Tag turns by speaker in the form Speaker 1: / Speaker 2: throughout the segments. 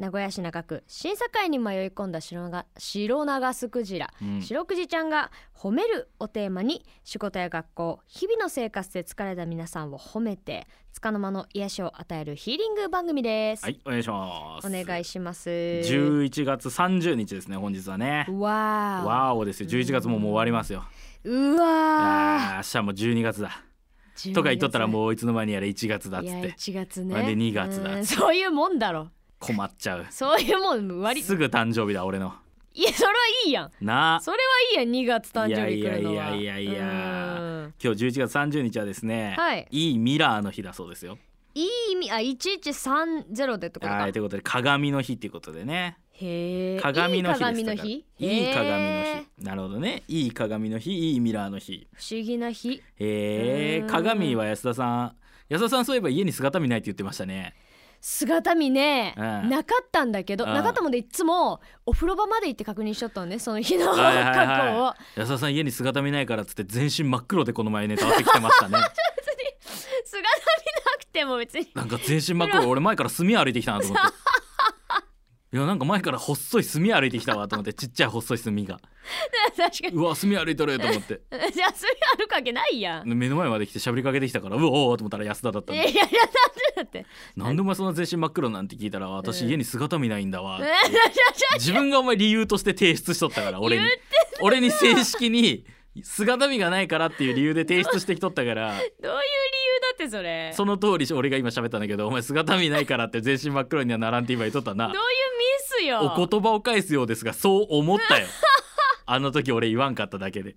Speaker 1: 名古屋市中区審査会に迷い込んだ白長白長スクジラ
Speaker 2: うん
Speaker 1: 白くじちゃんが「褒める」をテーマに仕事や学校日々の生活で疲れた皆さんを褒めて束の間の癒しを与えるヒーリング番組です、
Speaker 2: はいお願いします
Speaker 1: お願いします
Speaker 2: 11月30日ですね本日はね
Speaker 1: わー
Speaker 2: わーおですよ11月ももう終わりますよ
Speaker 1: うわ
Speaker 2: あー明日も12月だ
Speaker 1: ー
Speaker 2: とか言っとったら
Speaker 1: う
Speaker 2: もういつの間にやら1月だっつ
Speaker 1: いや
Speaker 2: って
Speaker 1: 1月
Speaker 2: なん
Speaker 1: ね
Speaker 2: で2月だ
Speaker 1: うんそういうもんだろ
Speaker 2: 困っちゃう
Speaker 1: そういうもん割り
Speaker 2: すぐ誕生日だ俺の
Speaker 1: いやそれはいいやん
Speaker 2: なあ
Speaker 1: それはいいやん2月誕生日来るのはい
Speaker 2: やいやいやいや
Speaker 1: うん
Speaker 2: 今日11月30日はですね、
Speaker 1: はい
Speaker 2: いいミラーの日だそうですよ
Speaker 1: いい意味あ1130でってことか
Speaker 2: はいということで鏡の日っていうことでね
Speaker 1: へえ
Speaker 2: 鏡の日です
Speaker 1: いい鏡の
Speaker 2: だ
Speaker 1: 日
Speaker 2: からいい鏡
Speaker 1: へ
Speaker 2: の
Speaker 1: ー
Speaker 2: 日なるほどねいい鏡の日いいミラーの日
Speaker 1: 不思議な日
Speaker 2: へ
Speaker 1: う
Speaker 2: え
Speaker 1: ーん
Speaker 2: 鏡は安田さん安田さんそういえば家に姿見ないって言ってましたね
Speaker 1: 姿見ね、
Speaker 2: うん
Speaker 1: なかったんだけど、
Speaker 2: うん
Speaker 1: なかったもんでいつもお風呂場まで行って確認しとったのねその日の 過去を、
Speaker 2: はいはいはい安田さん家に姿見ないからっつって全身真っ黒でこの前ネタ会ってきてま したね
Speaker 1: 姿見なくても別に
Speaker 2: なんか全身真っ黒俺前から炭歩いてきたなと思って いやなんか前から細い炭歩いてきたわと思ってちっちゃい細い炭が
Speaker 1: 確かに
Speaker 2: うわ炭歩いとると思って
Speaker 1: じゃあそれあるわけないやん
Speaker 2: で目の前まで来て喋りかけてきたからうおおと思ったら安田だったん
Speaker 1: い
Speaker 2: で
Speaker 1: やいやいやだってだって
Speaker 2: なんでお前そんな全身真っ黒なんて聞いたら私家に姿見ないんだわ、
Speaker 1: え
Speaker 2: 自分がお前理由として提出しとったから俺に
Speaker 1: 言って
Speaker 2: 俺に正式に姿見がないからっていう理由で提出してきとったから
Speaker 1: どういう理由だってそれ
Speaker 2: その通り俺が今喋ったんだけどお前姿見ないからって全身真っ黒にはならんって今言っとった
Speaker 1: ど
Speaker 2: な
Speaker 1: ういうミスよ
Speaker 2: お言葉を返すようですがそう思ったよあの時俺言わんかっただけで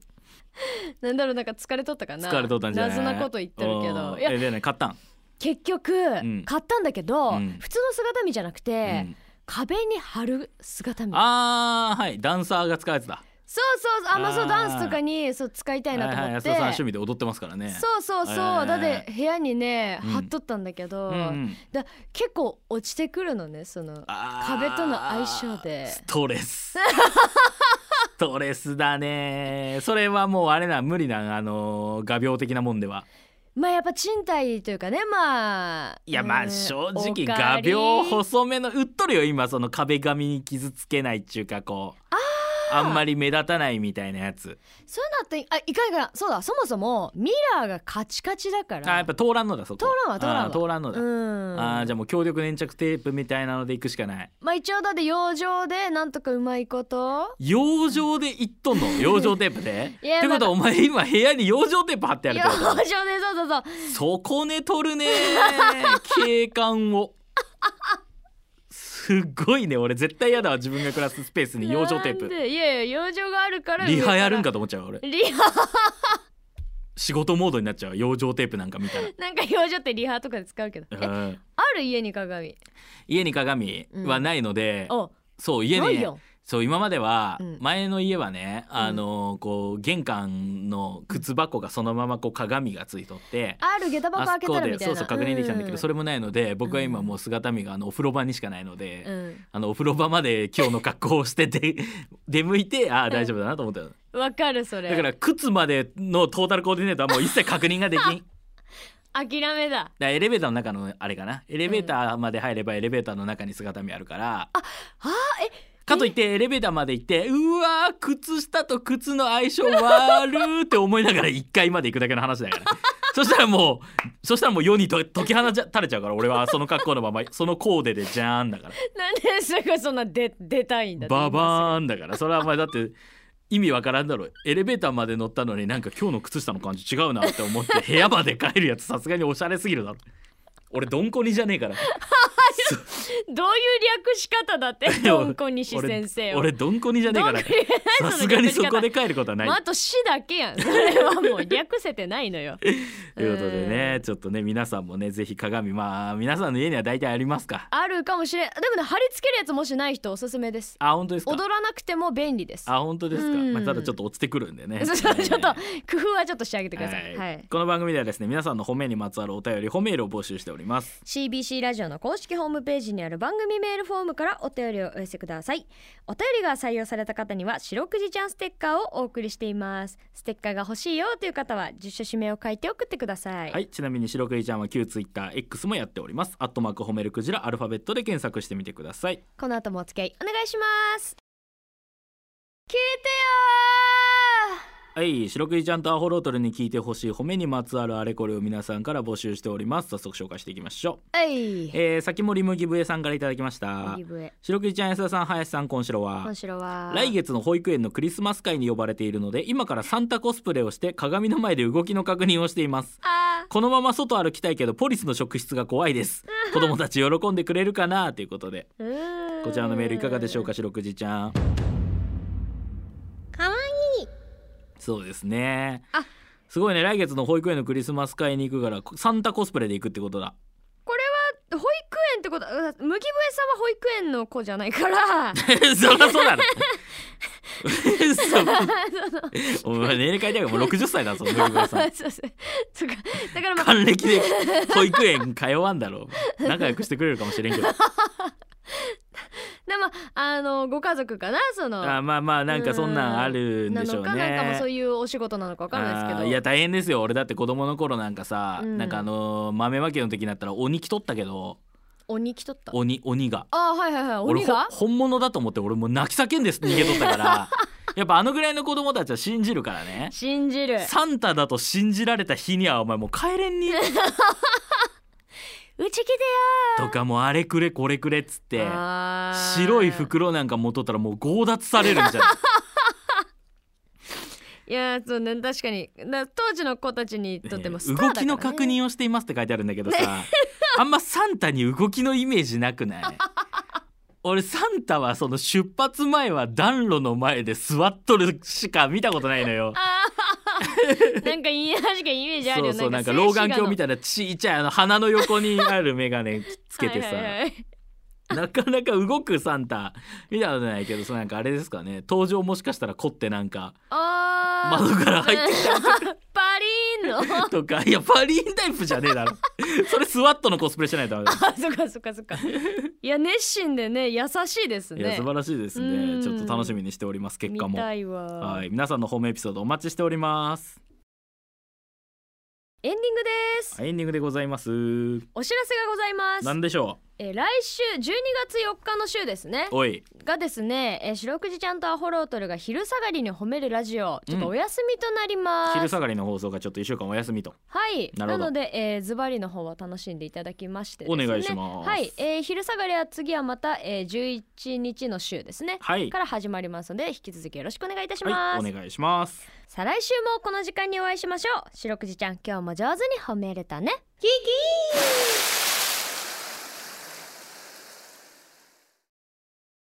Speaker 1: なんだろうなんか疲れとったかな
Speaker 2: 疲れとったんじゃない
Speaker 1: 謎なこと言ってるけど
Speaker 2: うん
Speaker 1: いや
Speaker 2: えでね買ったん、
Speaker 1: 結局、
Speaker 2: ん
Speaker 1: 買ったんだけど、
Speaker 2: うん
Speaker 1: 普通の姿見じゃなくて、
Speaker 2: うん
Speaker 1: 壁に貼る姿見
Speaker 2: あーはいダンサーが使うやつだ
Speaker 1: そうそうそうあまあそう
Speaker 2: あー
Speaker 1: ダンスとかにそう使いたいなと
Speaker 2: はいはい
Speaker 1: 思っ
Speaker 2: 安
Speaker 1: て、
Speaker 2: 田さん趣味で踊ってますからね
Speaker 1: そうそうそう、
Speaker 2: えー
Speaker 1: だって部屋にね
Speaker 2: うん
Speaker 1: 貼っとったんだけど、
Speaker 2: うんうん
Speaker 1: だ結構落ちてくるのねその
Speaker 2: あー
Speaker 1: 壁との相性で
Speaker 2: スト レスストレスだねそれはもうあれな無理なあの画鋲的なもんでは
Speaker 1: まあやっぱ賃貸というかねまあ
Speaker 2: いやまあ正直画
Speaker 1: 画
Speaker 2: 鋲細めの売っとるよ今その壁紙に傷つけないっちゅうかこうあんまり目立たないみたいなやつ
Speaker 1: そういうのってあいかんいかんそうだそもそもミラーがカチカチだか
Speaker 2: あ
Speaker 1: ら
Speaker 2: やっぱ通らんのだそこ
Speaker 1: 通らんわ通らんわ
Speaker 2: あー通らんのだ、
Speaker 1: うん
Speaker 2: あーじゃあもう強力粘着テープみたいなのでいくしかない
Speaker 1: まあ一応だって養生でなんとかうまいこと
Speaker 2: 養生でいっと んの養生テープで
Speaker 1: いや
Speaker 2: ってことはお前今部屋に養生テープ貼ってあるっ
Speaker 1: 養
Speaker 2: てこと
Speaker 1: 生でそうそうそう
Speaker 2: そこね 取るね景観をすごいね俺絶対嫌だわ自分が暮らすスペースに養生テー
Speaker 1: なん
Speaker 2: プ
Speaker 1: でいやいや養生があるから
Speaker 2: リハやるん
Speaker 1: 上
Speaker 2: かと思っちゃう俺
Speaker 1: らリハ
Speaker 2: 仕事モードになっちゃう養生テープなんか見たら
Speaker 1: なんか養生ってリハとかで使うけどえ
Speaker 2: うん
Speaker 1: ある家に鏡
Speaker 2: 家に鏡はないので、
Speaker 1: お
Speaker 2: そう家
Speaker 1: ない
Speaker 2: に
Speaker 1: よ
Speaker 2: そう今までは
Speaker 1: うん
Speaker 2: 前の家はね、あのこう玄関の靴箱がそのままこう鏡がついとって、
Speaker 1: ある下駄箱
Speaker 2: あ
Speaker 1: 開
Speaker 2: そ
Speaker 1: けた
Speaker 2: こ
Speaker 1: らみ
Speaker 2: で
Speaker 1: たい
Speaker 2: そう
Speaker 1: な
Speaker 2: そう確認できたんだけど、そ
Speaker 1: れ
Speaker 2: れもないので僕は今もう姿見があのお風呂場にしかないので、
Speaker 1: うん
Speaker 2: あのお風呂場まで今日の格好をしてて 出向いてああ大丈夫だなと思ったよ
Speaker 1: わかるそれ
Speaker 2: だから靴までのトータルコーディネートはもう一切確認 ができんだか
Speaker 1: 諦めだ
Speaker 2: らエレベーターの中のあれかなエレベーターまで入ればエレベーターの中に姿見あるから、
Speaker 1: あーえ
Speaker 2: かといってエレベーターまで行ってうわー靴下と靴の相性悪ーって思いながら1階まで行くだけの話だから そしたらもうそしたらもう世にと解き放たれちゃうから俺はその格好のままそのコーデでじゃーんだから
Speaker 1: なんですぐそんな出出たいんだ
Speaker 2: バ
Speaker 1: ー
Speaker 2: バーンだからそれはお前だって意味わからんだろエレベーターまで乗った のになんか今日の靴下の感じ違うなって思って部屋まで帰るやつさすがにおしゃれすぎるだろ俺どんこにじゃねえから
Speaker 1: どういう略し方だ って
Speaker 2: や
Speaker 1: どんこ西先生
Speaker 2: 俺
Speaker 1: は
Speaker 2: 俺どんこにじゃねえか
Speaker 1: どん
Speaker 2: ら
Speaker 1: こに
Speaker 2: さすがにそこで帰ることはない
Speaker 1: まあ、あと「し」だけやんそれはもう略せてないの よ
Speaker 2: ということでねちょっとね皆さんもねぜひ鏡まあ皆さんの家には大体ありますか
Speaker 1: あるかもしれんでもね貼り付けるやつもしない人おすすめです
Speaker 2: あ本当ですか
Speaker 1: 踊らなくても便利です
Speaker 2: あ本当ですか、
Speaker 1: うん
Speaker 2: まあ、ただちょっと落ちてくるんでね
Speaker 1: そうそう ちょっと
Speaker 2: は
Speaker 1: 工夫はちょっとしてあげてください、
Speaker 2: い
Speaker 1: はい、
Speaker 2: この番組ではですね皆さんの褒めにまつわるお便り褒めールを募集しております
Speaker 1: CBC ラジオの公式ホームページにある番組メールフォームからお便りをお寄せくださいお便りが採用された方には白くじちゃんステッカーをお送りしていますステッカーが欲しいよという方は住所氏名を書いて送ってください
Speaker 2: はい、ちなみに白クイちゃんは旧ツイッター X もやっておりますアットマーク褒めるクジラアルファベットで検索してみてください
Speaker 1: この後もお付き合いお願いします聞いてよ
Speaker 2: はい白クイちゃんとアホロートルに聞いてほしい褒めにまつわるあれこれを皆さんから募集しております早速紹介していきましょ
Speaker 1: ーえ
Speaker 2: う、えー、先森麦笛さんからいただきました
Speaker 1: リブエ
Speaker 2: 白クイちゃん安田さん林さんこんしろは
Speaker 1: 今週は
Speaker 2: 来月の保育園のクリスマス会に呼ばれているので今からサンタコスプレをして鏡の前で動きの確認をしています
Speaker 1: あ
Speaker 2: このまま外歩きたいけどポリスの職質が怖いです子供たち喜んでくれるかなということで
Speaker 1: ーうーん
Speaker 2: こちらのメールいかがでしょうか白くじちゃん
Speaker 3: かわいい
Speaker 2: そうですね
Speaker 1: あ
Speaker 2: すごいね来月の保育園のクリスマス会に行くからサンタコスプレで行くってことだ
Speaker 1: 保育園ってことはうわ麦笛さんは保育園の子じゃないから
Speaker 2: そりゃそうだろそうお前年齢変えたいからもう60歳だぞ麦 村さん
Speaker 1: そうそうそうかだからまあ
Speaker 2: 還暦で保育園通わんだろう仲良くしてくれるかもし れんけど
Speaker 1: でもあのご家族かなその
Speaker 2: あまあまあなんかそんなんあるん
Speaker 1: な
Speaker 2: でしょ
Speaker 1: の
Speaker 2: う
Speaker 1: かなんかもうそう
Speaker 2: ね
Speaker 1: いうお仕事なのかわかんないですけ
Speaker 2: あ
Speaker 1: ど
Speaker 2: ーいや大変ですよ俺だって子供の頃なんかさ、
Speaker 1: うん
Speaker 2: なんかあのー豆まきの時になったら鬼来とったけど
Speaker 1: 鬼来とった
Speaker 2: 鬼鬼が
Speaker 1: あーはいはいはい鬼が
Speaker 2: 俺ほ本物だと思って俺もう泣き叫んです逃げとったから やっぱあのぐらいの子供たちは信じるからね
Speaker 1: 信じる
Speaker 2: サンタだと信じられた日にはお前もう帰れんに
Speaker 1: うち来て
Speaker 2: とかもうあれくれこれくれっつって
Speaker 1: よ あー
Speaker 2: 白い袋なんか持っとったらもう強奪されるんじゃない
Speaker 1: いやーそうね確かにだ当時の子たちに とってもスター
Speaker 2: 動
Speaker 1: だから、
Speaker 2: き
Speaker 1: ね、
Speaker 2: の確認をしていますって書いてあるんだ けどさ、あんまサンタに動きのイメージな くない俺サンタはその出発前は暖炉の前で座っとるしか見たことないのよ。
Speaker 1: なんかいい確かにイメージある
Speaker 2: そ
Speaker 1: よ
Speaker 2: うそうなんか
Speaker 1: 静止画
Speaker 2: 老眼鏡みたいなちっちゃいあの鼻の横にある眼鏡つけてさ
Speaker 1: はいはいはい
Speaker 2: なかなか動くサンタ見たことないけどそうなんかあれですかね登場もしかしたら凝ってなんか
Speaker 1: あー
Speaker 2: 窓から入ってき
Speaker 1: パリーンの
Speaker 2: た とかいやパリーンタイプじゃねえ だろそれスワットのコスプレしないとダメだ
Speaker 1: あそっかそっか そっかいや熱心でね優しいです
Speaker 2: いや
Speaker 1: ね
Speaker 2: 素晴らしいです
Speaker 1: う
Speaker 2: ね
Speaker 1: ん
Speaker 2: ちょっと楽しみにしております結果
Speaker 1: 見
Speaker 2: も
Speaker 1: たいわ、
Speaker 2: はい皆さんのホームエピソードお待ちしております
Speaker 1: エンディングです、
Speaker 2: エンディングでございます
Speaker 1: お知らせがございます
Speaker 2: なんでしょ
Speaker 1: えー来週12月4日の週ですね
Speaker 2: うおい
Speaker 1: がですね、えー、白くじちゃんとアホロートルが昼下がりに褒めるラジオちょっと
Speaker 2: うん
Speaker 1: お休みとなります、
Speaker 2: 昼下がりの放送がちょっと一週間お休みと
Speaker 1: はい
Speaker 2: な
Speaker 1: な
Speaker 2: るほど
Speaker 1: ので、えー、ズバリの方は楽しんでいただきましてです、ね、
Speaker 2: お願いします
Speaker 1: はい、えー、昼下がりは次はまた、えー、11日の週ですね
Speaker 2: はい
Speaker 1: から始まりますので引き続きよろしくお願いいたし
Speaker 2: は
Speaker 1: ま
Speaker 2: い
Speaker 1: す、
Speaker 2: お願いします
Speaker 1: さあ来週もこの時間にお会いしましょう白くじちゃん今日も上手に褒めれたねキキー